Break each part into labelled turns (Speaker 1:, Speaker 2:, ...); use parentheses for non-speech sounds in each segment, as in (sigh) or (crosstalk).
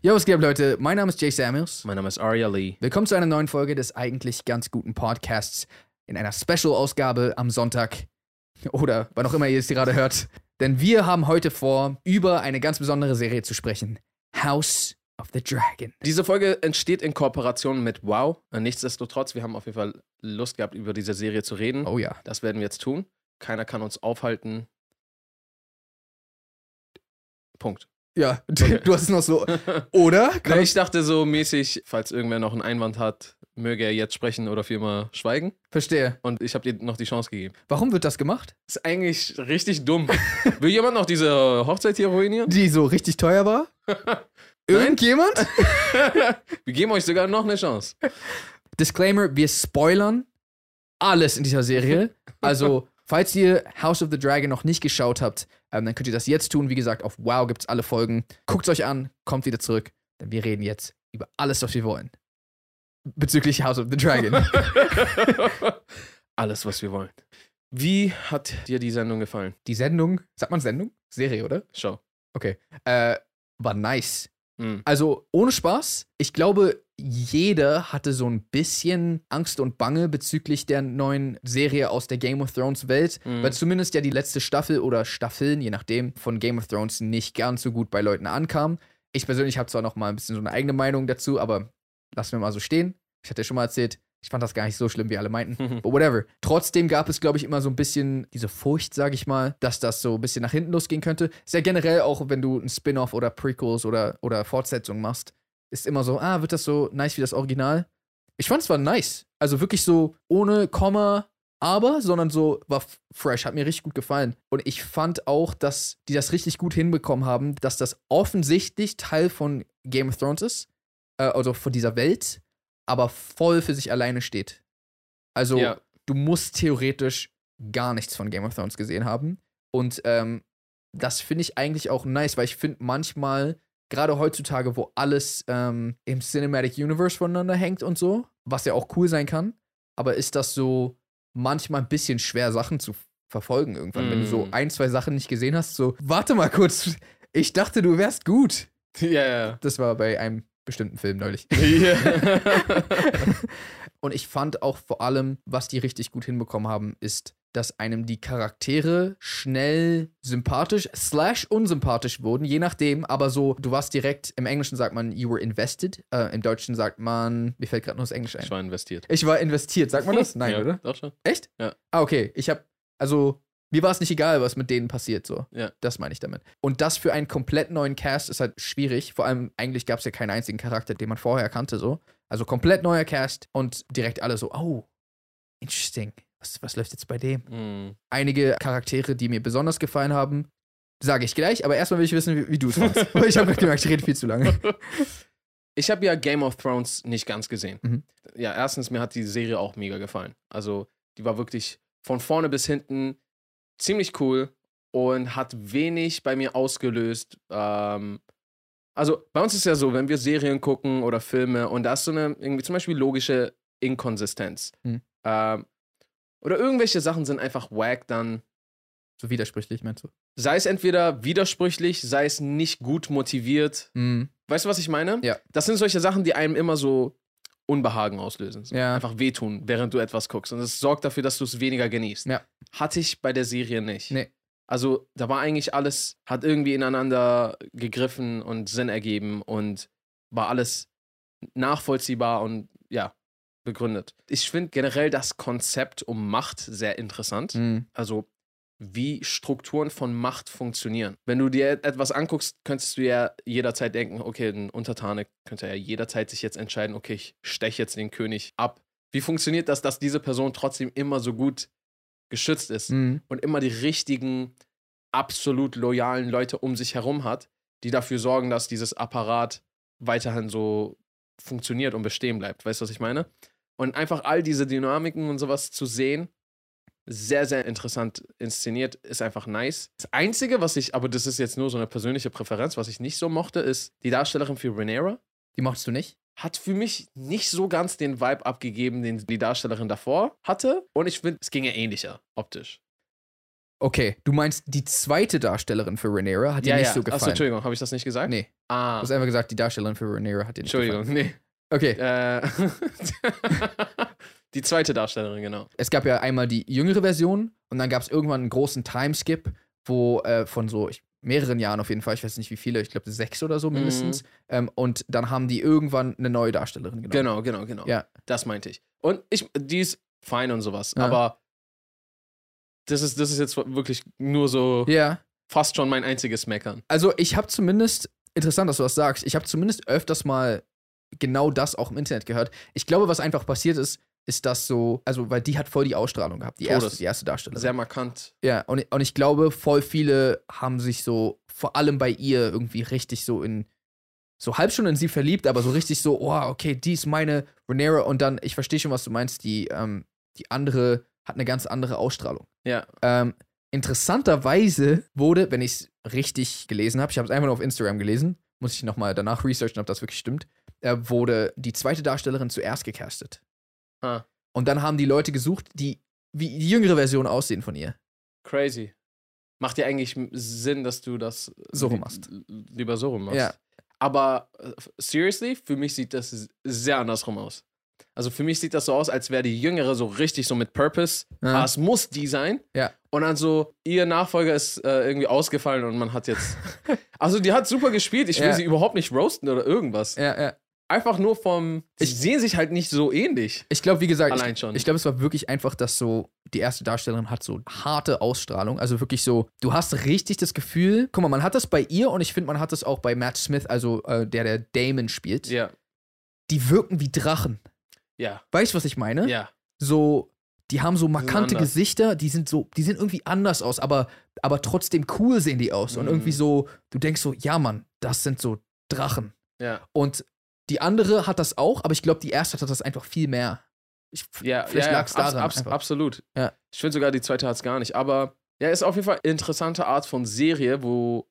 Speaker 1: Yo, was geht, Leute? Mein Name ist Jay Samuels.
Speaker 2: Mein Name ist Arya Lee.
Speaker 1: Willkommen zu einer neuen Folge des eigentlich ganz guten Podcasts in einer Special-Ausgabe am Sonntag oder wann auch immer ihr es gerade hört. Denn wir haben heute vor, über eine ganz besondere Serie zu sprechen. House of the Dragon.
Speaker 2: Diese Folge entsteht in Kooperation mit Wow. Nichtsdestotrotz, wir haben auf jeden Fall Lust gehabt, über diese Serie zu reden.
Speaker 1: Oh ja.
Speaker 2: Das werden wir jetzt tun. Keiner kann uns aufhalten. Punkt.
Speaker 1: Ja, du hast es noch so. Oder?
Speaker 2: Nee, ich dachte so mäßig, falls irgendwer noch einen Einwand hat, möge er jetzt sprechen oder für immer schweigen.
Speaker 1: Verstehe.
Speaker 2: Und ich habe dir noch die Chance gegeben.
Speaker 1: Warum wird das gemacht?
Speaker 2: Ist eigentlich richtig dumm. Will jemand noch diese Hochzeit hier ruinieren?
Speaker 1: Die so richtig teuer war? Irgendjemand?
Speaker 2: Wir geben euch sogar noch eine Chance.
Speaker 1: Disclaimer, wir spoilern alles in dieser Serie. Also, falls ihr House of the Dragon noch nicht geschaut habt, ähm, dann könnt ihr das jetzt tun. Wie gesagt, auf WoW gibt es alle Folgen. Guckt euch an, kommt wieder zurück, denn wir reden jetzt über alles, was wir wollen. Bezüglich House of the Dragon.
Speaker 2: Alles, was wir wollen. Wie hat dir die Sendung gefallen?
Speaker 1: Die Sendung, sagt man Sendung? Serie, oder?
Speaker 2: Schau.
Speaker 1: Äh, war nice.
Speaker 2: Mm.
Speaker 1: Also ohne Spaß, ich glaube, jeder hatte so ein bisschen Angst und Bange bezüglich der neuen Serie aus der Game of Thrones Welt,
Speaker 2: Mhm.
Speaker 1: weil zumindest ja die letzte Staffel oder Staffeln, je nachdem, von Game of Thrones nicht ganz so gut bei Leuten ankam. Ich persönlich habe zwar noch mal ein bisschen so eine eigene Meinung dazu, aber lassen wir mal so stehen. Ich hatte ja schon mal erzählt, ich fand das gar nicht so schlimm, wie alle meinten.
Speaker 2: Mhm.
Speaker 1: But whatever. Trotzdem gab es, glaube ich, immer so ein bisschen diese Furcht, sage ich mal, dass das so ein bisschen nach hinten losgehen könnte. Ist ja generell auch, wenn du ein Spin-off oder Prequels oder, oder Fortsetzung machst, ist immer so, ah, wird das so nice wie das Original? Ich fand es war nice. Also wirklich so ohne Komma, aber, sondern so war f- fresh, hat mir richtig gut gefallen. Und ich fand auch, dass die das richtig gut hinbekommen haben, dass das offensichtlich Teil von Game of Thrones ist, äh, also von dieser Welt, aber voll für sich alleine steht. Also
Speaker 2: Ja. (laughs)
Speaker 1: du musst theoretisch gar nichts von Game of Thrones gesehen haben. Und ähm, das finde ich eigentlich auch nice, weil ich finde manchmal, gerade heutzutage, wo alles ähm, im Cinematic Universe voneinander hängt und so, was ja auch cool sein kann, aber ist das so manchmal ein bisschen schwer, Sachen zu verfolgen irgendwann, wenn du so
Speaker 2: Mm.
Speaker 1: ein, zwei Sachen nicht gesehen hast, so, warte mal kurz, ich dachte, du wärst gut.
Speaker 2: Ja, ja.
Speaker 1: Das war bei einem bestimmten Film neulich. (laughs) Und ich fand auch vor allem, was die richtig gut hinbekommen haben, ist, dass einem die Charaktere schnell sympathisch slash unsympathisch wurden, je nachdem, aber so, du warst direkt, im Englischen sagt man, you were invested, äh, im Deutschen sagt man, mir fällt gerade nur das Englisch ein.
Speaker 2: Ich war investiert.
Speaker 1: Ich war investiert, sagt man
Speaker 2: (laughs)
Speaker 1: das? Nein,
Speaker 2: ja,
Speaker 1: oder?
Speaker 2: Doch schon.
Speaker 1: Echt?
Speaker 2: Ja.
Speaker 1: Ah, okay. Ich habe, also, mir war es nicht egal, was mit denen passiert, so.
Speaker 2: Ja.
Speaker 1: Das meine ich damit. Und das für einen komplett neuen Cast ist halt schwierig. Vor allem, eigentlich gab es ja keinen einzigen Charakter, den man vorher kannte, so. Also komplett neuer Cast und direkt alle so, oh, interesting. Was, was läuft jetzt bei dem?
Speaker 2: Mm.
Speaker 1: Einige Charaktere, die mir besonders gefallen haben, sage ich gleich, aber erstmal will ich wissen, wie, wie du es
Speaker 2: (laughs)
Speaker 1: fandst. Weil ich habe gerade gemerkt, ich rede viel zu lange.
Speaker 2: Ich habe ja Game of Thrones nicht ganz gesehen.
Speaker 1: Mhm.
Speaker 2: Ja, erstens, mir hat die Serie auch mega gefallen. Also, die war wirklich von vorne bis hinten ziemlich cool und hat wenig bei mir ausgelöst. Ähm, also, bei uns ist ja so, wenn wir Serien gucken oder Filme und da ist so eine irgendwie zum Beispiel logische Inkonsistenz.
Speaker 1: Mhm.
Speaker 2: Ähm, oder irgendwelche Sachen sind einfach wack, dann
Speaker 1: So widersprüchlich, meinst du?
Speaker 2: sei es entweder widersprüchlich, sei es nicht gut motiviert.
Speaker 1: Mhm.
Speaker 2: Weißt du, was ich meine?
Speaker 1: Ja.
Speaker 2: Das sind solche Sachen, die einem immer so Unbehagen auslösen. So.
Speaker 1: Ja.
Speaker 2: Einfach wehtun, während du etwas guckst. Und es sorgt dafür, dass du es weniger genießt.
Speaker 1: Ja.
Speaker 2: Hatte ich bei der Serie nicht.
Speaker 1: Nee.
Speaker 2: Also, da war eigentlich alles, hat irgendwie ineinander gegriffen und Sinn ergeben und war alles nachvollziehbar und ja, begründet. Ich finde generell das Konzept um Macht sehr interessant
Speaker 1: Mhm.
Speaker 2: also wie Strukturen von Macht funktionieren. Wenn du dir etwas anguckst, könntest du ja jederzeit denken, okay, ein Untertane könnte ja jederzeit sich jetzt entscheiden, okay, ich steche jetzt den König ab. Wie funktioniert das, dass diese Person trotzdem immer so gut geschützt ist
Speaker 1: Mhm.
Speaker 2: und immer die richtigen, absolut loyalen Leute um sich herum hat, die dafür sorgen, dass dieses Apparat weiterhin so funktioniert und bestehen bleibt. Weißt du, was ich meine? Und einfach all diese Dynamiken und sowas zu sehen, sehr, sehr interessant inszeniert, ist einfach nice. Das Einzige, was ich, aber das ist jetzt nur so eine persönliche Präferenz, was ich nicht so mochte, ist die Darstellerin für Renera
Speaker 1: Die mochtest du nicht?
Speaker 2: hat für mich nicht so ganz den Vibe abgegeben, den die Darstellerin davor hatte. Und ich finde, es ging ja ähnlicher optisch.
Speaker 1: Okay, du meinst, die zweite Darstellerin für Rhaenyra hat dir nicht so gefallen.
Speaker 2: Achso, Entschuldigung, habe ich das nicht gesagt?
Speaker 1: Nee, du
Speaker 2: Ah,
Speaker 1: hast einfach gesagt, die Darstellerin für Rhaenyra hat dir nicht
Speaker 2: Entschuldigung, nee.
Speaker 1: gefallen. Okay,
Speaker 2: Äh, (laughs) die zweite Darstellerin, genau.
Speaker 1: es gab ja einmal die jüngere Version und dann gab es irgendwann einen großen Timeskip, wo äh, von so ich, mehreren Jahren auf jeden Fall, ich weiß nicht wie viele, ich glaube sechs oder
Speaker 2: Mhm.
Speaker 1: so mindestens. Ähm, und dann haben die irgendwann eine neue Darstellerin genommen.
Speaker 2: Genau, genau, genau.
Speaker 1: Ja.
Speaker 2: Das meinte ich. Und ich, die ist fein und sowas,
Speaker 1: Ja.
Speaker 2: aber das ist, das ist jetzt wirklich nur so
Speaker 1: Ja,
Speaker 2: fast schon mein einziges Meckern.
Speaker 1: also ich habe zumindest, interessant, dass du das sagst, ich habe zumindest öfters mal genau das auch im Internet gehört. Ich glaube, was einfach passiert ist, ist das so, also weil die hat voll die Ausstrahlung gehabt, die, erste,
Speaker 2: Todes.
Speaker 1: die erste Darstellerin.
Speaker 2: Sehr markant.
Speaker 1: Ja, und, und ich glaube, voll viele haben sich so, vor allem bei ihr, irgendwie richtig so in, so halb schon in sie verliebt, aber so richtig so, oh, okay, die ist meine Renera. Und dann, ich verstehe schon, was du meinst, die, ähm, die andere hat eine ganz andere Ausstrahlung.
Speaker 2: Ja.
Speaker 1: Ähm, interessanterweise wurde, wenn ich es richtig gelesen habe, ich habe es einfach nur auf Instagram gelesen, muss ich nochmal danach researchen, ob das wirklich stimmt, äh, wurde die zweite Darstellerin zuerst gecastet.
Speaker 2: Ah.
Speaker 1: Und dann haben die Leute gesucht, die wie die jüngere Version aussehen von ihr.
Speaker 2: Crazy. Macht dir eigentlich m- Sinn, dass du das
Speaker 1: So
Speaker 2: li-
Speaker 1: rum machst.
Speaker 2: l- lieber so rum machst.
Speaker 1: Ja.
Speaker 2: Aber äh, f- seriously, für mich sieht das s- sehr andersrum aus. Also für mich sieht das so aus, als wäre die Jüngere so richtig so mit Purpose.
Speaker 1: Ja.
Speaker 2: Ah, es muss die sein.
Speaker 1: Ja.
Speaker 2: Und dann so, ihr Nachfolger ist äh, irgendwie ausgefallen und man
Speaker 1: (laughs)
Speaker 2: hat jetzt. also die hat super gespielt. Ich will
Speaker 1: Ja.
Speaker 2: sie überhaupt nicht roasten oder irgendwas.
Speaker 1: Ja, ja.
Speaker 2: Einfach nur vom. Sie sehen sich halt nicht so ähnlich.
Speaker 1: Ich glaube, wie gesagt,
Speaker 2: Allein
Speaker 1: ich,
Speaker 2: schon.
Speaker 1: ich glaube, es war wirklich einfach, dass so die erste Darstellerin hat so harte Ausstrahlung. Also wirklich so, du hast richtig das Gefühl, guck mal, man hat das bei ihr und ich finde, man hat das auch bei Matt Smith, also äh, der, der Damon spielt.
Speaker 2: Ja.
Speaker 1: Die wirken wie Drachen.
Speaker 2: Ja.
Speaker 1: Weißt du, was ich meine?
Speaker 2: Ja.
Speaker 1: So, die haben so markante
Speaker 2: anders.
Speaker 1: Gesichter, die sind so, die sehen irgendwie anders aus, aber, aber trotzdem cool sehen die aus. Und
Speaker 2: Mhm.
Speaker 1: irgendwie so, du denkst so, ja, Mann, das sind so Drachen.
Speaker 2: Ja.
Speaker 1: Und die andere hat das auch, aber ich glaube, die erste hat das einfach viel mehr. Ich,
Speaker 2: Ja,
Speaker 1: Vielleicht
Speaker 2: ja, ja,
Speaker 1: lag's daran
Speaker 2: Abs
Speaker 1: einfach.
Speaker 2: absolut.
Speaker 1: Ja.
Speaker 2: Ich finde sogar, die zweite hat es gar nicht. Aber ja, ist auf jeden Fall eine interessante Art von Serie, wo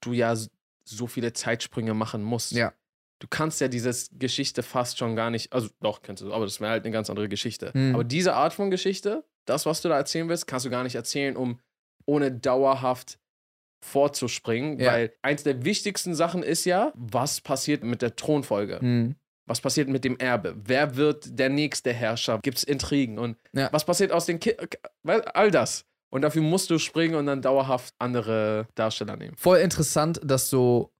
Speaker 2: du ja s- so viele Zeitsprünge machen musst.
Speaker 1: Ja.
Speaker 2: Du kannst ja diese Geschichte fast schon gar nicht, also doch, kannst du, aber das wäre halt eine ganz andere Geschichte.
Speaker 1: Mhm.
Speaker 2: Aber diese Art von Geschichte, das, was du da erzählen willst, kannst du gar nicht erzählen, um ohne dauerhaft vorzuspringen.
Speaker 1: Ja.
Speaker 2: Weil eins der wichtigsten Sachen ist ja, was passiert mit der Thronfolge?
Speaker 1: Mhm.
Speaker 2: Was passiert mit dem Erbe? Wer wird der nächste Herrscher? Gibt es Intrigen? Und
Speaker 1: Ja.
Speaker 2: was passiert aus den Kindern? All das. Und dafür musst du springen und dann dauerhaft andere Darsteller nehmen.
Speaker 1: voll interessant, dass so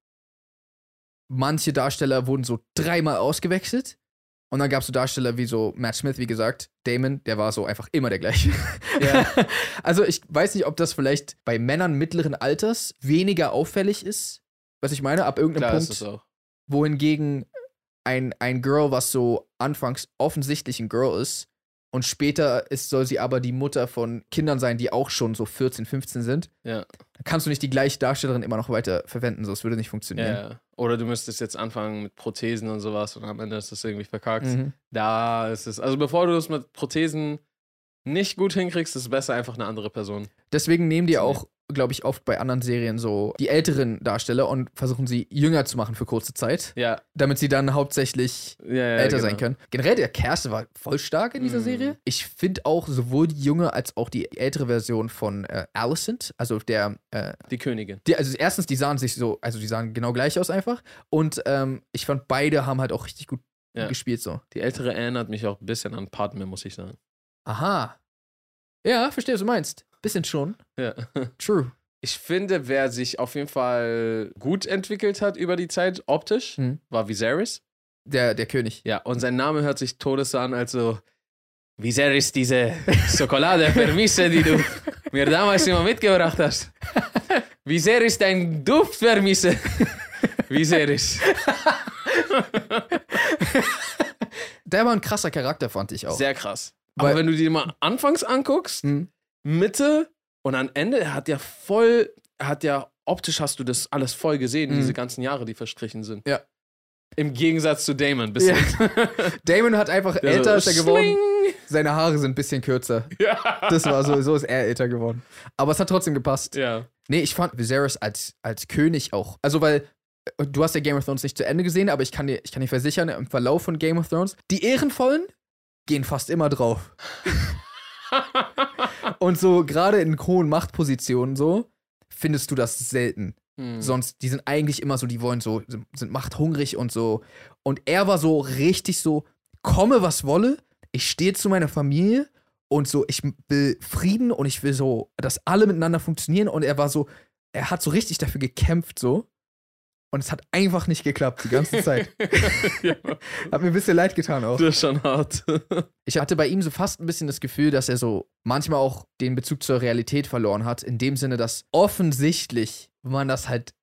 Speaker 1: manche Darsteller wurden so dreimal ausgewechselt. Und dann gab es so Darsteller wie so Matt Smith, wie gesagt, Damon, der war so einfach immer der gleiche. (laughs)
Speaker 2: Ja.
Speaker 1: also ich weiß nicht, ob das vielleicht bei Männern mittleren Alters weniger auffällig ist, was ich meine, ab irgendeinem
Speaker 2: Klar ist
Speaker 1: Punkt,
Speaker 2: es auch.
Speaker 1: wohingegen ein, ein Girl, was so anfangs offensichtlich ein Girl ist und später ist, soll sie aber die Mutter von Kindern sein, die auch schon so 14, 15 sind,
Speaker 2: Ja.
Speaker 1: dann kannst du nicht die gleiche Darstellerin immer noch weiter verwenden, sonst würde nicht funktionieren.
Speaker 2: Ja. Oder du müsstest jetzt anfangen mit Prothesen und sowas und am Ende ist das irgendwie verkackt.
Speaker 1: Mhm.
Speaker 2: Da ist es. Also bevor du das mit Prothesen nicht gut hinkriegst, ist es besser einfach eine andere Person.
Speaker 1: Deswegen nehmen die auch, glaube ich, oft bei anderen Serien so die älteren Darsteller und versuchen sie jünger zu machen für kurze Zeit,
Speaker 2: Ja.
Speaker 1: damit sie dann hauptsächlich
Speaker 2: ja, ja
Speaker 1: älter
Speaker 2: genau.
Speaker 1: sein können. Generell, der Cast war voll stark in dieser
Speaker 2: Mhm.
Speaker 1: Serie. Ich finde auch sowohl die junge als auch die ältere Version von äh, Alicent, also der, äh,
Speaker 2: Die Königin.
Speaker 1: die, also erstens, die sahen sich so, also die sahen genau gleich aus einfach. Und ähm, ich fand, beide haben halt auch richtig gut
Speaker 2: Ja.
Speaker 1: gespielt so.
Speaker 2: Die ältere Anne hat mich auch ein bisschen an Padme, muss ich sagen.
Speaker 1: Aha. Ja, verstehe, was du meinst. Bisschen schon.
Speaker 2: Ja.
Speaker 1: True.
Speaker 2: Ich finde, wer sich auf jeden Fall gut entwickelt hat über die Zeit optisch,
Speaker 1: Mhm.
Speaker 2: war Viserys.
Speaker 1: Der, der König.
Speaker 2: Ja, und sein Name hört sich todes an, also Viserys, diese Schokolade vermisse, die du mir damals immer mitgebracht hast. Viserys, dein Duft vermisse. Viserys.
Speaker 1: Der war ein krasser Charakter, fand ich auch.
Speaker 2: Sehr krass. Aber
Speaker 1: Weil-
Speaker 2: wenn du die mal anfangs anguckst,
Speaker 1: Mhm.
Speaker 2: Mitte und am Ende, er hat ja voll, er hat ja, optisch hast du das alles voll gesehen,
Speaker 1: Mhm.
Speaker 2: diese ganzen Jahre, die verstrichen sind.
Speaker 1: Ja.
Speaker 2: Im Gegensatz zu Damon bis jetzt. Also,
Speaker 1: Damon hat einfach älter ist er geworden.
Speaker 2: Sling.
Speaker 1: Seine Haare sind ein bisschen kürzer.
Speaker 2: Ja.
Speaker 1: Das war so, so ist er älter geworden. Aber es hat trotzdem gepasst.
Speaker 2: ja.
Speaker 1: Nee, ich fand Viserys als, als König auch. Also, weil äh, du hast ja Game of Thrones nicht zu Ende gesehen, aber ich kann dir, ich kann dir versichern, im Verlauf von Game of Thrones, die Ehrenvollen gehen fast immer drauf. Und so gerade in hohen Machtpositionen so, findest du das selten.
Speaker 2: Hm.
Speaker 1: Sonst, die sind eigentlich immer so, die wollen so, sind- sind machthungrig und so. Und er war so richtig so, komme was wolle, ich stehe zu meiner Familie und so, ich will Frieden und ich will so, dass alle miteinander funktionieren. Und er war so, er hat so richtig dafür gekämpft so. Und es hat einfach nicht geklappt, die ganze Zeit.
Speaker 2: ja,
Speaker 1: Hat mir ein bisschen leid getan auch.
Speaker 2: (laughs) das ist schon hart. (laughs)
Speaker 1: Ich hatte bei ihm so fast ein bisschen das Gefühl, dass er so manchmal auch den Bezug zur Realität verloren hat, in dem Sinne, dass offensichtlich waren das halt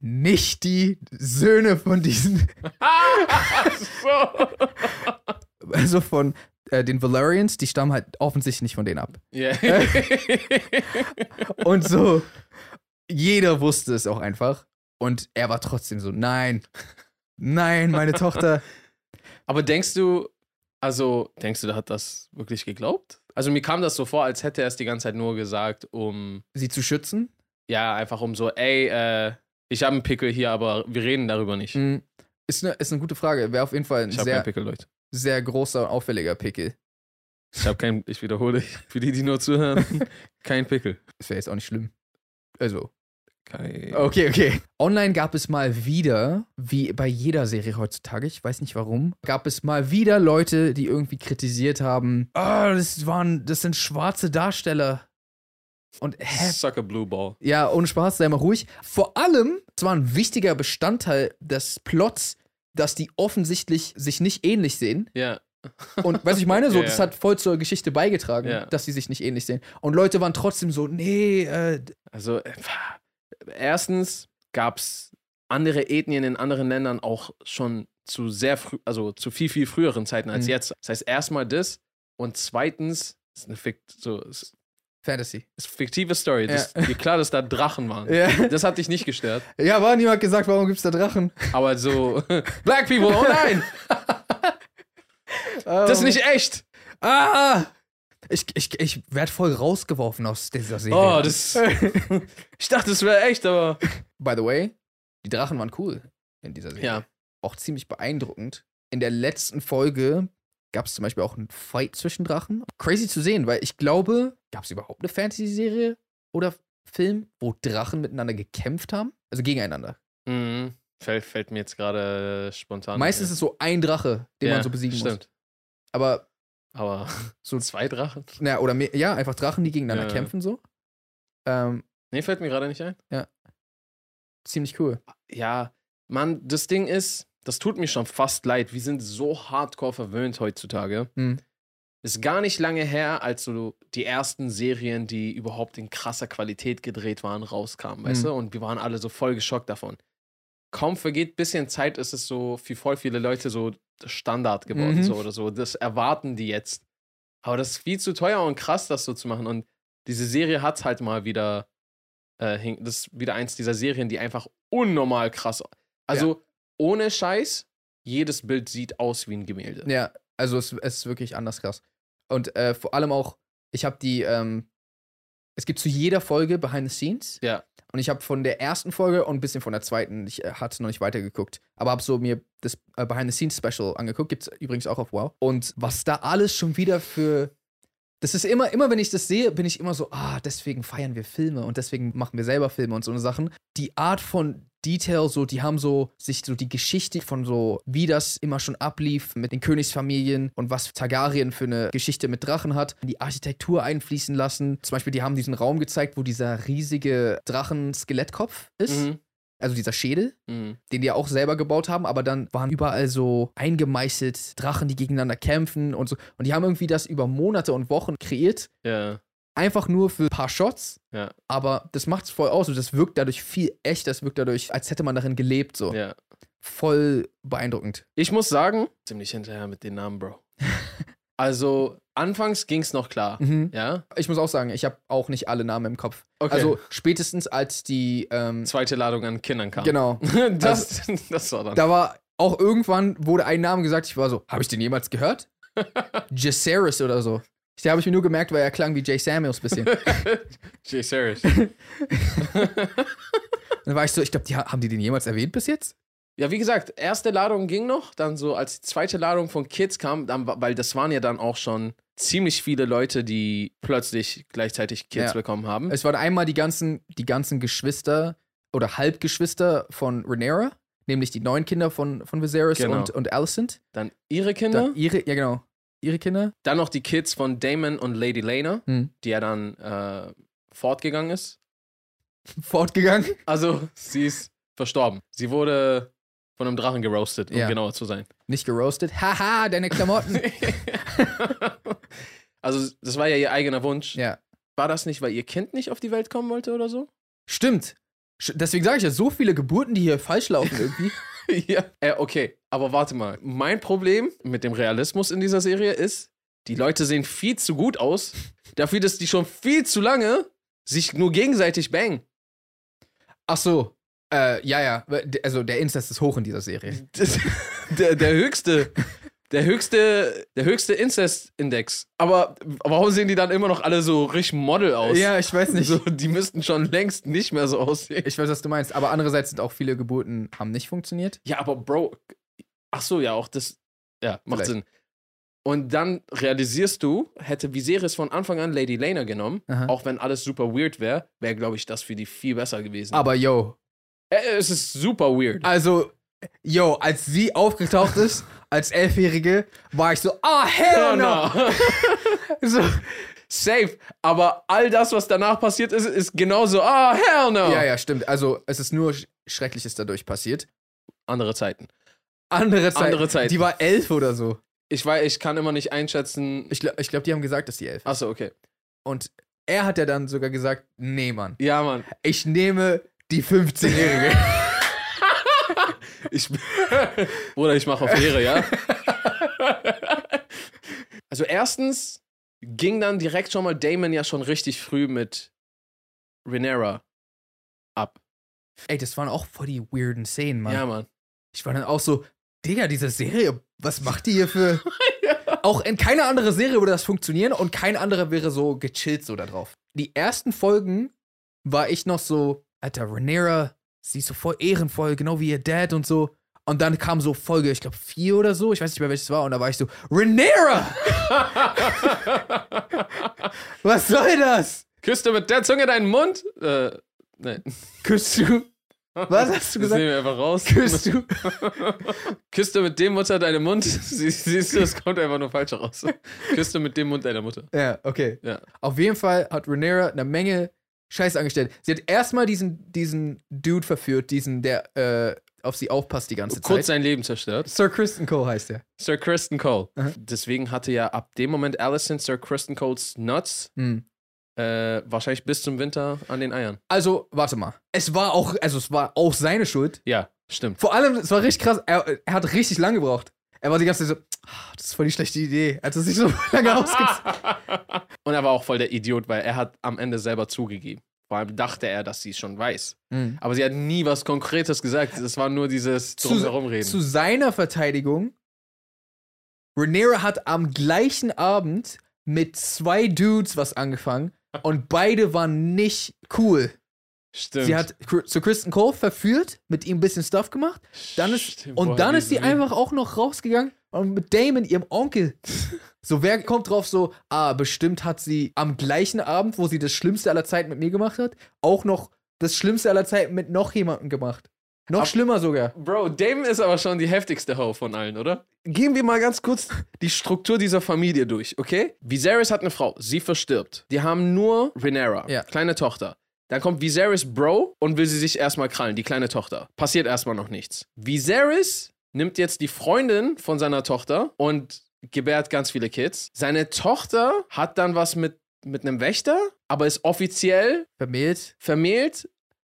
Speaker 1: nicht die Söhne von diesen, (laughs)
Speaker 2: so.
Speaker 1: also von äh, den Valerians, die stammen halt offensichtlich nicht von denen ab. (laughs) Und so, jeder wusste es auch einfach. Und er war trotzdem so, nein, nein, meine Tochter.
Speaker 2: Aber denkst du, also denkst du, der hat das wirklich geglaubt? Also mir kam das so vor, als hätte er es die ganze Zeit nur gesagt, um,
Speaker 1: Sie zu schützen?
Speaker 2: ja, einfach um so, ey, äh, ich habe einen Pickel hier, aber wir reden darüber nicht.
Speaker 1: Mm, Ist eine, ist eine gute Frage. Wäre auf jeden Fall ein
Speaker 2: Ich habe keinen
Speaker 1: sehr,
Speaker 2: Pickel, Leute.
Speaker 1: sehr großer und auffälliger Pickel.
Speaker 2: Ich habe keinen, ich wiederhole, für die, die nur
Speaker 1: (laughs)
Speaker 2: zuhören, kein Pickel.
Speaker 1: Das wäre jetzt auch nicht schlimm. Also.
Speaker 2: Kein.
Speaker 1: Okay, okay. Online gab es mal wieder, wie bei jeder Serie heutzutage, ich weiß nicht warum, gab es mal wieder Leute, die irgendwie kritisiert haben, ah, das waren, das sind schwarze Darsteller. Und hä?
Speaker 2: Sucker Blue Ball.
Speaker 1: Ja, ohne Spaß, sei mal ruhig. Vor allem, es war ein wichtiger Bestandteil des Plots, dass die offensichtlich sich nicht ähnlich sehen.
Speaker 2: Ja.
Speaker 1: Und weißt du, ich meine, so,
Speaker 2: (laughs) Ja,
Speaker 1: das
Speaker 2: ja.
Speaker 1: hat voll zur Geschichte beigetragen,
Speaker 2: Ja.
Speaker 1: dass sie sich nicht ähnlich sehen. Und Leute waren trotzdem so, nee, äh,
Speaker 2: Also, äh, erstens gab es andere Ethnien in anderen Ländern auch schon zu sehr früh, also zu viel, viel früheren Zeiten als
Speaker 1: Mhm.
Speaker 2: jetzt. Das heißt, erstmal das und zweitens, es ist eine Fikt so, es
Speaker 1: Fantasy.
Speaker 2: ist eine fiktive Story. Das, Mir klar, dass da Drachen waren.
Speaker 1: Ja. (laughs)
Speaker 2: Das hat dich nicht gestört.
Speaker 1: Ja, aber niemand gesagt, warum gibt's da Drachen?
Speaker 2: Aber
Speaker 1: (laughs)
Speaker 2: so, Black People, oh nein, das ist
Speaker 1: Oh.
Speaker 2: nicht echt.
Speaker 1: Ah! Ich, ich, ich werde voll rausgeworfen aus dieser Serie.
Speaker 2: Oh, das. ich dachte, das wäre echt, aber.
Speaker 1: By the way, die Drachen waren cool in dieser Serie.
Speaker 2: Ja.
Speaker 1: Auch ziemlich beeindruckend. In der letzten Folge gab es zum Beispiel auch einen Fight zwischen Drachen. Crazy zu sehen, weil ich glaube, gab es überhaupt eine Fantasy-Serie oder Film, wo Drachen miteinander gekämpft haben? Also gegeneinander.
Speaker 2: Mhm. Fällt, fällt mir jetzt gerade spontan.
Speaker 1: Meistens ist es so ein Drache, den man so besiegen muss.
Speaker 2: stimmt.
Speaker 1: Aber
Speaker 2: Aber
Speaker 1: so,
Speaker 2: (laughs) zwei Drachen?
Speaker 1: na, oder mehr, ja, einfach Drachen, die gegeneinander
Speaker 2: Ja, ja.
Speaker 1: kämpfen, so. Ähm,
Speaker 2: Nee, fällt mir gerade nicht ein.
Speaker 1: ziemlich cool.
Speaker 2: Ja, Mann, das Ding ist, das tut mir schon fast leid. Wir sind so hardcore verwöhnt heutzutage.
Speaker 1: Hm.
Speaker 2: Ist gar nicht lange her, als so die ersten Serien, die überhaupt in krasser Qualität gedreht waren, rauskamen, weißt
Speaker 1: Hm.
Speaker 2: du? Und wir waren alle so voll geschockt davon. Kaum vergeht bisschen Zeit, ist es so für voll viele Leute so Standard geworden,
Speaker 1: Mhm.
Speaker 2: so oder so. Das erwarten die jetzt. Aber das ist viel zu teuer und krass, das so zu machen. Und diese Serie hat halt mal wieder äh, hing, das ist wieder eins dieser Serien, die einfach unnormal krass. Also ohne Scheiß, jedes Bild sieht aus wie ein Gemälde.
Speaker 1: Ja, also es, es ist wirklich anders krass. Und äh, vor allem auch, ich habe die, ähm, es gibt zu jeder Folge Behind the Scenes.
Speaker 2: Ja.
Speaker 1: Und ich habe von der ersten Folge und ein bisschen von der zweiten, ich äh, hatte noch nicht weitergeguckt, aber habe so mir das äh, Behind the Scenes Special angeguckt, gibt's übrigens auch auf Wow. Und was da alles schon wieder für das ist immer, immer wenn ich das sehe, bin ich immer so, ah, deswegen feiern wir Filme und deswegen machen wir selber Filme und so eine Sachen. Die Art von Detail, so, die haben so sich so die Geschichte von so, wie das immer schon ablief mit den Königsfamilien und was Targaryen für eine Geschichte mit Drachen hat, in die Architektur einfließen lassen. Zum Beispiel, die haben diesen Raum gezeigt, wo dieser riesige Drachen-Skelettkopf ist,
Speaker 2: Mhm.
Speaker 1: also dieser Schädel
Speaker 2: Mhm.
Speaker 1: den die ja auch selber gebaut haben, aber dann waren überall so eingemeißelt Drachen, die gegeneinander kämpfen und so. Und die haben irgendwie das über Monate und Wochen kreiert,
Speaker 2: Ja.
Speaker 1: einfach nur für ein paar Shots.
Speaker 2: Ja.
Speaker 1: Aber das macht's voll aus und das wirkt dadurch viel echter, das wirkt dadurch, als hätte man darin gelebt, so.
Speaker 2: ja.
Speaker 1: Voll beeindruckend.
Speaker 2: Ich muss sagen, ziemlich hinterher mit den
Speaker 1: (laughs)
Speaker 2: Namen, Bro. also, anfangs ging's noch klar.
Speaker 1: Mhm.
Speaker 2: Ja.
Speaker 1: Ich muss auch sagen, ich habe auch nicht alle Namen im Kopf.
Speaker 2: Okay.
Speaker 1: Also spätestens als die, ähm,
Speaker 2: zweite Ladung an Kindern kam.
Speaker 1: genau,
Speaker 2: (laughs) das, das war dann.
Speaker 1: da war auch irgendwann wurde ein Name gesagt, ich war so, habe ich den jemals
Speaker 2: (laughs)
Speaker 1: gehört? Jaceris oder so. Der habe ich mir nur gemerkt, weil er klang wie Jay Samuels
Speaker 2: (laughs)
Speaker 1: bisschen.
Speaker 2: Jay serious.
Speaker 1: Dann war ich so, ich glaube, die, ha- haben die den jemals erwähnt bis jetzt?
Speaker 2: Ja, wie gesagt, erste Ladung ging noch, dann so als die zweite Ladung von Kids kam, dann, wa- weil das waren ja dann auch schon ziemlich viele Leute, die plötzlich gleichzeitig Kids
Speaker 1: Ja.
Speaker 2: bekommen haben.
Speaker 1: Es waren einmal die ganzen, die ganzen Geschwister oder Halbgeschwister von Rhaenyra, nämlich die neuen Kinder von, von Viserys
Speaker 2: Genau. Mhm.
Speaker 1: und, und Alicent.
Speaker 2: Dann ihre Kinder,
Speaker 1: Dann
Speaker 2: dann,
Speaker 1: ihre, ja genau, ihre Kinder. (laughs)
Speaker 2: noch die Kids von Damon und Lady Lena,
Speaker 1: Hm.
Speaker 2: die ja dann äh, fortgegangen ist.
Speaker 1: Fortgegangen.
Speaker 2: Also, (laughs) sie ist verstorben. Sie wurde von einem Drachen geroastet, um
Speaker 1: Ja.
Speaker 2: genauer
Speaker 1: (laughs)
Speaker 2: zu sein.
Speaker 1: Nicht geroastet. Haha, deine
Speaker 2: (laughs)
Speaker 1: Klamotten.
Speaker 2: also, das war ja ihr eigener Wunsch.
Speaker 1: ja.
Speaker 2: War das nicht, weil ihr Kind nicht auf die Welt kommen wollte oder so?
Speaker 1: Stimmt. Sch- Deswegen sage ich ja, so viele Geburten, die hier falsch laufen
Speaker 2: (laughs)
Speaker 1: irgendwie.
Speaker 2: ja. Äh, okay, aber warte mal. Mein Problem mit dem Realismus in dieser Serie ist, die Leute sehen viel zu gut aus, dafür, dass die schon viel zu lange sich nur gegenseitig bangen.
Speaker 1: Ach so. Äh, ja, ja. Also der Inzest ist hoch in dieser Serie.
Speaker 2: Das, der, der höchste. Der höchste, der höchste Inzest-Index. Aber warum sehen die dann immer noch alle so richtig Model aus?
Speaker 1: ich weiß
Speaker 2: So, die müssten schon längst nicht mehr so aussehen.
Speaker 1: Ich weiß, was du meinst. Aber andererseits sind auch viele Geburten haben nicht funktioniert.
Speaker 2: Ja, aber Bro, ach so, ja, auch das, ja, macht
Speaker 1: Vielleicht.
Speaker 2: Sinn. Und dann realisierst du, hätte Viserys von Anfang an Lady Lena genommen,
Speaker 1: Aha.
Speaker 2: auch wenn alles super weird wäre, wäre, glaube ich, das für die viel besser gewesen.
Speaker 1: Aber yo,
Speaker 2: Äh, es ist super weird.
Speaker 1: Also, yo, als sie aufgetaucht ist, als Elfjährige, war ich so, ah,
Speaker 2: Oh,
Speaker 1: hell no!
Speaker 2: no.
Speaker 1: (laughs) So,
Speaker 2: Safe. Aber all das, was danach passiert ist, ist genauso, ah, hell no.
Speaker 1: Ja, ja, stimmt. Also, es ist nur Sch- Schreckliches dadurch passiert.
Speaker 2: Andere Zeiten.
Speaker 1: Andere Zeit.
Speaker 2: Andere Zeiten.
Speaker 1: Die war elf oder so.
Speaker 2: Ich weiß, ich kann immer nicht einschätzen.
Speaker 1: Ich, glaub- ich glaube, die haben gesagt, dass die elf ist.
Speaker 2: Achso, okay.
Speaker 1: Und er hat ja dann sogar gesagt, nee, Mann,
Speaker 2: Ja, Mann.
Speaker 1: ich nehme die 15-Jährige.
Speaker 2: (laughs) Ich, (laughs) Bruder, ich mache auf Ehre, ja? (laughs) also erstens ging dann direkt schon mal Damon ja schon richtig früh mit Renera ab.
Speaker 1: Ey, das waren auch voll die weirden Szenen, Mann.
Speaker 2: Ja, Mann.
Speaker 1: Ich war dann auch so, Digga, diese Serie, was macht die hier für... Auch in keiner anderen Serie würde das funktionieren und kein anderer wäre so gechillt so da drauf. Die ersten Folgen war ich noch so, Alter, Rhaenyra, sie ist so voll ehrenvoll, genau wie ihr Dad und so. Und dann kam so Folge, ich glaube, vier oder so, ich weiß nicht mehr, welches war, und da war ich so, Rhaenyra, was soll das?
Speaker 2: Küsst du mit der Zunge deinen Mund? Äh, nein.
Speaker 1: Küsst du? Was hast du
Speaker 2: Das
Speaker 1: gesagt?
Speaker 2: nehmen wir einfach raus.
Speaker 1: Küsst du?
Speaker 2: Küsst du mit dem Mutter deinen Mund? (laughs) Sie- Siehst du, es kommt einfach nur falsch raus. Küsst du mit dem Mund deiner Mutter.
Speaker 1: Ja, okay.
Speaker 2: Ja.
Speaker 1: Auf jeden Fall hat Rhaenyra eine Menge Scheiß angestellt. Sie hat erstmal diesen, diesen Dude verführt, diesen, der äh, auf sie aufpasst die ganze
Speaker 2: Kurz
Speaker 1: Zeit.
Speaker 2: sein Leben zerstört.
Speaker 1: Sir Kristen Cole heißt er.
Speaker 2: Sir Kristen Cole.
Speaker 1: Aha.
Speaker 2: Deswegen hatte ja ab dem Moment Allison Sir Kristen Coles Nuts
Speaker 1: Hm.
Speaker 2: äh, wahrscheinlich bis zum Winter an den Eiern.
Speaker 1: Also, warte mal. Es war auch, also es war auch seine Schuld.
Speaker 2: Ja, stimmt.
Speaker 1: Vor allem, es war richtig krass, er, er hat richtig lang gebraucht. Er war die ganze Zeit so, "Ah, das ist voll die schlechte Idee. Er hat es sich so (laughs) lange ausgezogen.
Speaker 2: Und er war auch voll der Idiot, weil er hat am Ende selber zugegeben. Vor allem dachte er, dass sie es schon weiß.
Speaker 1: Hm.
Speaker 2: Aber sie hat nie was Konkretes gesagt. Es war nur dieses
Speaker 1: Zu-
Speaker 2: Drumherumreden.
Speaker 1: Zu seiner Verteidigung, Rhaenyra hat am gleichen Abend mit zwei Dudes was
Speaker 2: (laughs)
Speaker 1: angefangen und beide waren nicht cool.
Speaker 2: stimmt.
Speaker 1: Sie hat Chr- zu Kristen Cole verführt, mit ihm ein bisschen Stuff gemacht, dann ist,
Speaker 2: Stimmt,
Speaker 1: und
Speaker 2: woher
Speaker 1: dann
Speaker 2: wir
Speaker 1: ist sie
Speaker 2: sie-
Speaker 1: einfach auch noch rausgegangen und mit Damon, ihrem
Speaker 2: (laughs)
Speaker 1: Onkel. So, wer kommt drauf so, ah, bestimmt hat sie am gleichen Abend, wo sie das Schlimmste aller Zeiten mit mir gemacht hat, auch noch das Schlimmste aller Zeiten mit noch jemandem gemacht. Noch schlimmer sogar.
Speaker 2: Bro, Damon ist aber schon die heftigste Ho von allen, oder? Gehen wir mal ganz kurz die Struktur dieser Familie durch, okay? Viserys hat eine Frau, sie verstirbt. Die haben nur Rhaenyra,
Speaker 1: Ja.
Speaker 2: kleine Tochter. Dann kommt Viserys Bro und will sie sich erstmal krallen, die kleine Tochter. Passiert erstmal noch nichts. Viserys nimmt jetzt die Freundin von seiner Tochter und gebärt ganz viele Kids. Seine Tochter hat dann was mit, mit einem Wächter, aber ist offiziell
Speaker 1: Vermählt.
Speaker 2: vermählt,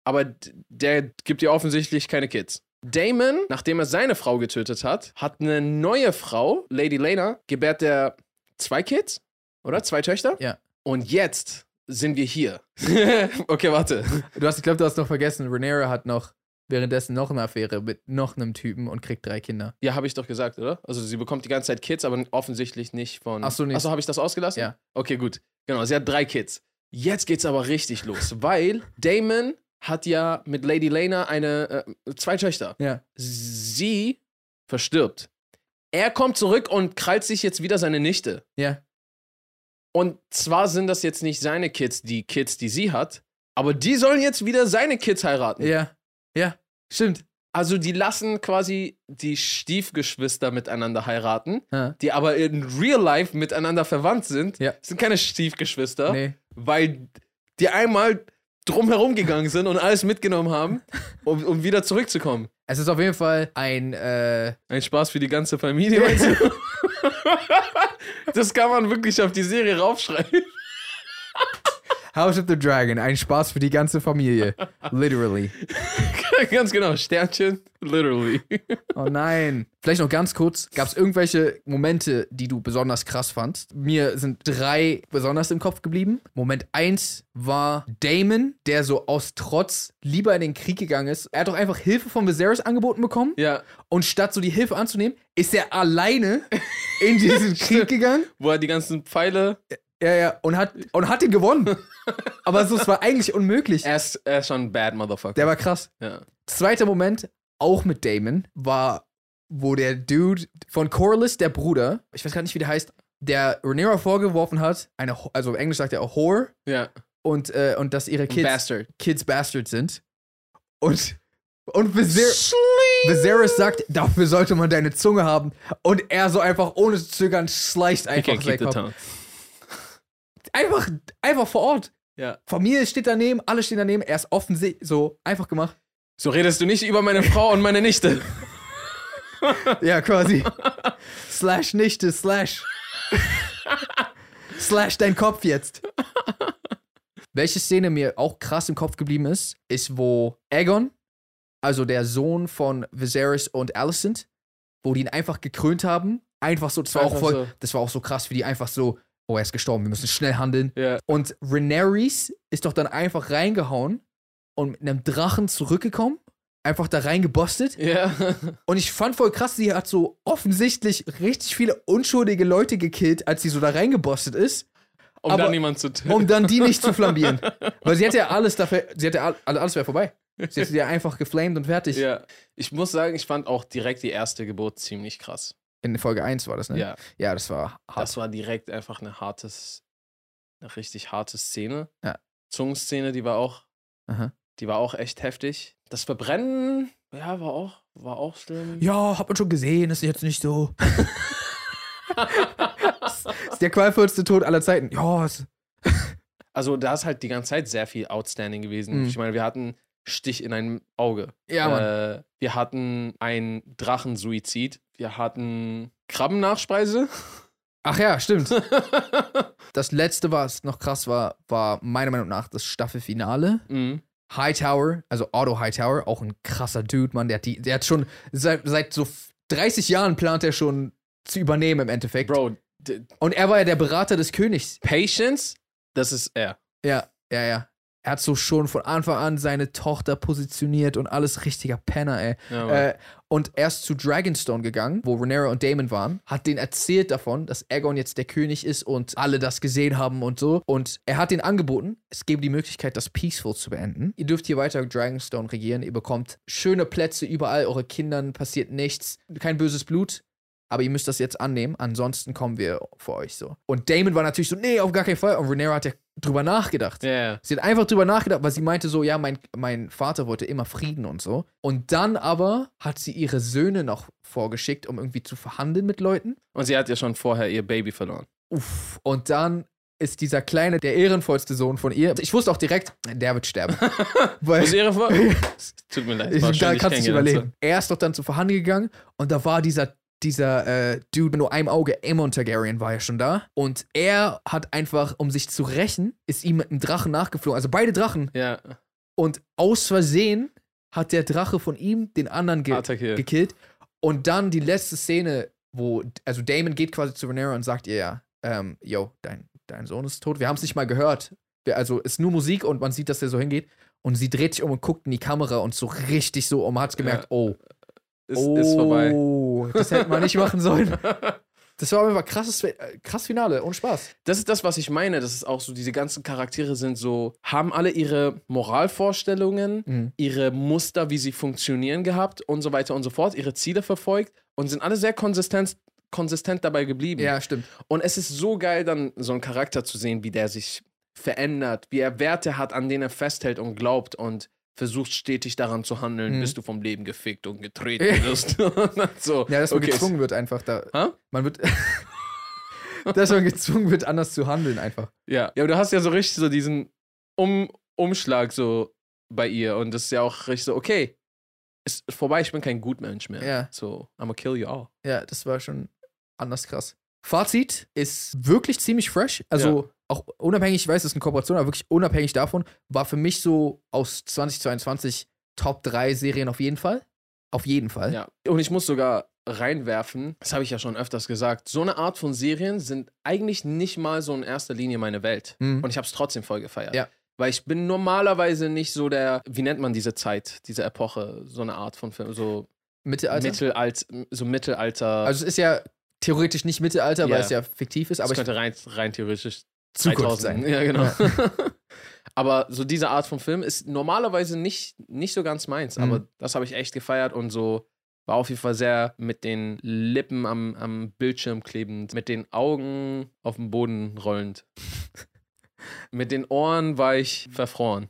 Speaker 2: aber d- der gibt ihr offensichtlich keine Kids. Damon, nachdem er seine Frau getötet hat, hat eine neue Frau, Lady Lena, gebärt der zwei Kids, oder? Zwei Töchter?
Speaker 1: Ja.
Speaker 2: Und jetzt sind wir hier. (laughs) okay, warte.
Speaker 1: Du hast, ich glaube, du hast noch vergessen, Renera hat noch währenddessen noch eine Affäre mit noch einem Typen und kriegt drei Kinder.
Speaker 2: Ja, habe ich doch gesagt, oder? Also sie bekommt die ganze Zeit Kids, aber offensichtlich nicht von.
Speaker 1: Ach so, nee.
Speaker 2: Achso, habe ich das ausgelassen?
Speaker 1: Ja.
Speaker 2: Okay, gut. Genau, sie hat drei Kids. Jetzt geht's aber richtig los, weil Damon hat ja mit Lady Lena eine, äh, zwei Töchter.
Speaker 1: Ja.
Speaker 2: Sie verstirbt. Er kommt zurück und krallt sich jetzt wieder seine Nichte.
Speaker 1: Ja.
Speaker 2: Und zwar sind das jetzt nicht seine Kids, die Kids, die sie hat, aber die sollen jetzt wieder seine Kids heiraten.
Speaker 1: Ja. Ja. Stimmt.
Speaker 2: Also die lassen quasi die Stiefgeschwister miteinander heiraten,
Speaker 1: Ja.
Speaker 2: die aber in Real Life miteinander verwandt sind.
Speaker 1: Ja.
Speaker 2: Das sind keine Stiefgeschwister,
Speaker 1: Nee.
Speaker 2: weil die einmal drumherum gegangen sind und alles mitgenommen
Speaker 1: (laughs)
Speaker 2: haben, um, um wieder zurückzukommen.
Speaker 1: Es ist auf jeden Fall ein, äh,
Speaker 2: Ein Spaß für die ganze Familie. meinst (laughs) du? das kann man wirklich auf die Serie raufschreiben.
Speaker 1: House of the Dragon, ein Spaß für die ganze (laughs) Familie. Literally.
Speaker 2: (laughs) Ganz genau, Sternchen, literally.
Speaker 1: Oh nein. Vielleicht noch ganz kurz. Gab es irgendwelche Momente, die du besonders krass fandst? Mir sind drei besonders im Kopf geblieben. Moment eins war Damon, der so aus Trotz lieber in den Krieg gegangen ist. Er hat doch einfach Hilfe von Viserys angeboten bekommen.
Speaker 2: Ja,
Speaker 1: Und statt so die Hilfe anzunehmen, ist er alleine in diesen Krieg gegangen.
Speaker 2: wo er die ganzen Pfeile.
Speaker 1: Ja, ja. Und hat, und hat ihn gewonnen. Aber so, es war eigentlich unmöglich.
Speaker 2: Er ist, er ist schon ein bad Motherfucker.
Speaker 1: Der war krass.
Speaker 2: Ja.
Speaker 1: Zweiter Moment, auch mit Damon, war, wo der Dude von Corliss, der Bruder, ich weiß gar nicht, wie der heißt, der Rhaenyra vorgeworfen hat, eine, Ho- also im Englisch sagt er Whore,
Speaker 2: ja.
Speaker 1: und, äh, und dass ihre Kids
Speaker 2: Bastard.
Speaker 1: Kids Bastards sind. Und, und Viser Viserys sagt, dafür sollte man deine Zunge haben. Und er so einfach ohne zu zögern slice
Speaker 2: I
Speaker 1: einfach
Speaker 2: can't keep
Speaker 1: weg.
Speaker 2: the tongue.
Speaker 1: Einfach, einfach vor Ort.
Speaker 2: Ja.
Speaker 1: Familie steht daneben, alle stehen daneben, er ist offensichtlich so einfach gemacht.
Speaker 2: So redest du nicht über meine Frau und meine Nichte.
Speaker 1: Ja, quasi. (laughs) slash Nichte, slash. (laughs) slash dein Kopf jetzt. Welche Szene mir auch krass im Kopf geblieben ist, ist, wo Aegon, also der Sohn von Viserys und Alicent, wo die ihn einfach gekrönt haben. Einfach so, das war, auch
Speaker 2: Einfach
Speaker 1: voll,
Speaker 2: so.
Speaker 1: das war auch so krass für die, einfach so, oh, er ist gestorben, wir müssen schnell handeln.
Speaker 2: (laughs) Ja.
Speaker 1: Und Rhaenerys ist doch dann einfach reingehauen und mit einem Drachen zurückgekommen, einfach da reingebostet.
Speaker 2: Ja.
Speaker 1: Und ich fand voll krass, sie hat so offensichtlich richtig viele unschuldige Leute gekillt, als sie so da reingebostet ist,
Speaker 2: Um
Speaker 1: Aber-
Speaker 2: da niemanden zu töten.
Speaker 1: um dann die nicht zu (laughs) flambieren. Weil sie hätte ja alles dafür, sie hätte all- also alles wäre vorbei. Sie hätte ja einfach geflamed und fertig.
Speaker 2: Ja. Ich muss sagen, ich fand auch direkt die erste Geburt ziemlich krass.
Speaker 1: In Folge 1 war das, ne?
Speaker 2: Ja.
Speaker 1: ja das war hart.
Speaker 2: Das war direkt einfach eine hartes, eine richtig harte Szene.
Speaker 1: Ja.
Speaker 2: Zungenszene, die war auch,
Speaker 1: Aha.
Speaker 2: die war auch echt heftig. Das Verbrennen, ja, war auch, war auch schlimm.
Speaker 1: ja, hat man schon gesehen, ist jetzt nicht so. Das (laughs) ist der qualvollste Tod aller Zeiten. Ja, ist,
Speaker 2: Also da ist halt die ganze Zeit sehr viel outstanding gewesen.
Speaker 1: Mhm.
Speaker 2: Ich meine, wir hatten Stich in einem Auge.
Speaker 1: ja Mann.
Speaker 2: Äh, wir hatten einen Drachensuizid. Wir hatten Krabbennachspeise.
Speaker 1: Ach ja, stimmt. Das letzte, was noch krass war, war meiner Meinung nach das Staffelfinale.
Speaker 2: (laughs) mhm.
Speaker 1: Hightower, also Otto Hightower, auch ein krasser Dude, Mann. Der hat, die, der hat schon seit, seit so 30 Jahren plant er schon zu übernehmen im Endeffekt.
Speaker 2: Bro, d-
Speaker 1: Und er war ja der Berater des Königs.
Speaker 2: Patience, das ist er.
Speaker 1: Ja, ja, ja. Er hat so schon von Anfang an seine Tochter positioniert und alles richtiger Penner, ey.
Speaker 2: Ja, Mann.
Speaker 1: Äh, und er ist zu Dragonstone gegangen, wo Rhaenyra und Daemon waren, hat denen erzählt davon, dass Aegon jetzt der König ist und alle das gesehen haben und so. Und er hat denen angeboten, es gebe die Möglichkeit, das peaceful zu beenden. Ihr dürft hier weiter Dragonstone regieren, ihr bekommt schöne Plätze überall, eure Kindern passiert nichts, kein böses Blut. Aber ihr müsst das jetzt annehmen, ansonsten kommen wir vor euch so. Und Damon war natürlich so, nee, auf gar keinen Fall. Und Rhaenyra hat ja drüber nachgedacht.
Speaker 2: Ja, ja.
Speaker 1: Sie hat einfach drüber nachgedacht, weil sie meinte so, ja, mein, mein Vater wollte immer Frieden und so. Und dann aber hat sie ihre Söhne noch vorgeschickt, um irgendwie zu verhandeln mit Leuten.
Speaker 2: Und sie hat ja schon vorher ihr
Speaker 1: (laughs)
Speaker 2: Baby verloren.
Speaker 1: Uff. Und dann ist dieser kleine, der ehrenvollste Sohn von ihr. Ich wusste auch direkt, der wird sterben. weil (laughs)
Speaker 2: Ist ihre Vor Tut mir leid. war schön,
Speaker 1: da
Speaker 2: dich
Speaker 1: kannst du nicht
Speaker 2: kennengelernt zu-
Speaker 1: überleben. Er ist doch dann zu verhandeln gegangen und da war dieser, dieser äh, Dude mit nur einem Auge, Aemon Targaryen war ja schon da. Und er hat einfach, um sich zu rächen, ist ihm mit einem Drachen nachgeflogen. Also beide Drachen
Speaker 2: Ja,
Speaker 1: Und aus Versehen hat der Drache von ihm den anderen ge
Speaker 2: attackiert.
Speaker 1: gekillt. Und dann die letzte Szene, wo, also Damon geht quasi zu Rhaenyra und sagt ihr ja, ähm, yo, dein, dein Sohn ist tot. Wir haben es nicht mal gehört. Wir, also ist nur Musik und man sieht, dass der so hingeht. Und sie dreht sich um und guckt in die Kamera und so richtig so, und man hat gemerkt,
Speaker 2: Ja.
Speaker 1: oh,
Speaker 2: Ist,
Speaker 1: oh,
Speaker 2: ist vorbei. (laughs)
Speaker 1: das hätte man nicht machen sollen. Das war einfach krasses, äh, krass Finale, ohne Spaß.
Speaker 2: Das ist das, was ich meine. Das ist auch so, diese ganzen Charaktere sind so, haben alle ihre Moralvorstellungen, ihre Muster, wie sie funktionieren gehabt und so weiter und so fort, ihre Ziele verfolgt und sind alle sehr konsistent, konsistent dabei geblieben.
Speaker 1: Ja, stimmt.
Speaker 2: Und es ist so geil, dann so einen Charakter zu sehen, wie der sich verändert, wie er Werte hat, an denen er festhält und glaubt und versucht stetig daran zu handeln,
Speaker 1: Mhm.
Speaker 2: bis du vom Leben gefickt und getreten wirst. (laughs) so.
Speaker 1: Ja, dass man
Speaker 2: okay,
Speaker 1: gezwungen wird einfach da.
Speaker 2: Hä?
Speaker 1: Man wird. (laughs) dass man gezwungen wird, anders zu handeln einfach.
Speaker 2: Ja. ja, aber du hast ja so richtig so diesen um Umschlag so bei ihr und das ist ja auch richtig so, okay, es ist vorbei, ich bin kein Gutmensch mehr.
Speaker 1: Ja.
Speaker 2: So, I'ma kill you all.
Speaker 1: Ja, das war schon anders krass. Fazit ist wirklich ziemlich fresh. Also auch unabhängig, ich weiß, es ist eine Kooperation, aber wirklich unabhängig davon, war für mich so aus 2022 Top 3 Serien auf jeden Fall. Auf jeden Fall.
Speaker 2: Ja. Und ich muss sogar reinwerfen, das habe ich ja schon öfters gesagt, so eine Art von Serien sind eigentlich nicht mal so in erster Linie meine Welt.
Speaker 1: Mhm.
Speaker 2: Und ich habe es trotzdem voll gefeiert.
Speaker 1: Ja.
Speaker 2: Weil ich bin normalerweise nicht so der, wie nennt man diese Zeit, diese Epoche, so eine Art von Film, so
Speaker 1: Mittelalter.
Speaker 2: Mittelalter, so Mittelalter.
Speaker 1: Also es ist ja theoretisch nicht Mittelalter,
Speaker 2: Ja.
Speaker 1: weil es ja fiktiv ist,
Speaker 2: das
Speaker 1: aber es
Speaker 2: könnte rein, rein theoretisch
Speaker 1: Zukunft
Speaker 2: 2000.
Speaker 1: sein.
Speaker 2: Ja, genau. (laughs) aber so diese Art von Film ist normalerweise nicht, nicht so ganz meins,
Speaker 1: Mhm.
Speaker 2: aber das habe ich echt gefeiert und so war auf jeden Fall sehr mit den Lippen am, am Bildschirm klebend, mit den Augen auf dem
Speaker 1: (laughs)
Speaker 2: Boden rollend. mit den Ohren war ich verfroren.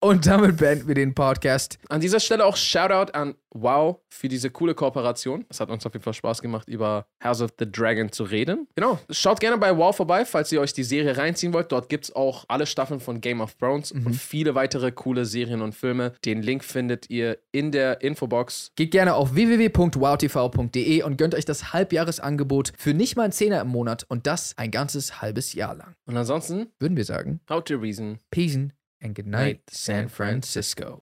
Speaker 1: Und damit beenden wir den Podcast.
Speaker 2: An dieser Stelle auch Shoutout an Wow für diese coole Kooperation. Es hat uns auf jeden Fall Spaß gemacht, über House of the Dragon zu reden. Genau. Schaut gerne bei Wow vorbei, falls ihr euch die Serie reinziehen wollt. Dort gibt es auch alle Staffeln von Game of Thrones
Speaker 1: Mhm.
Speaker 2: und viele weitere coole Serien und Filme. Den Link findet ihr in der Infobox.
Speaker 1: Geht gerne auf www.wowtv.de und gönnt euch das Halbjahresangebot für nicht mal einen Zehner im Monat und das ein ganzes halbes Jahr lang.
Speaker 2: Und ansonsten,
Speaker 1: Würden wir sagen,
Speaker 2: how to reason.
Speaker 1: Peace and good night,
Speaker 2: Night,
Speaker 1: San
Speaker 2: San
Speaker 1: Francisco.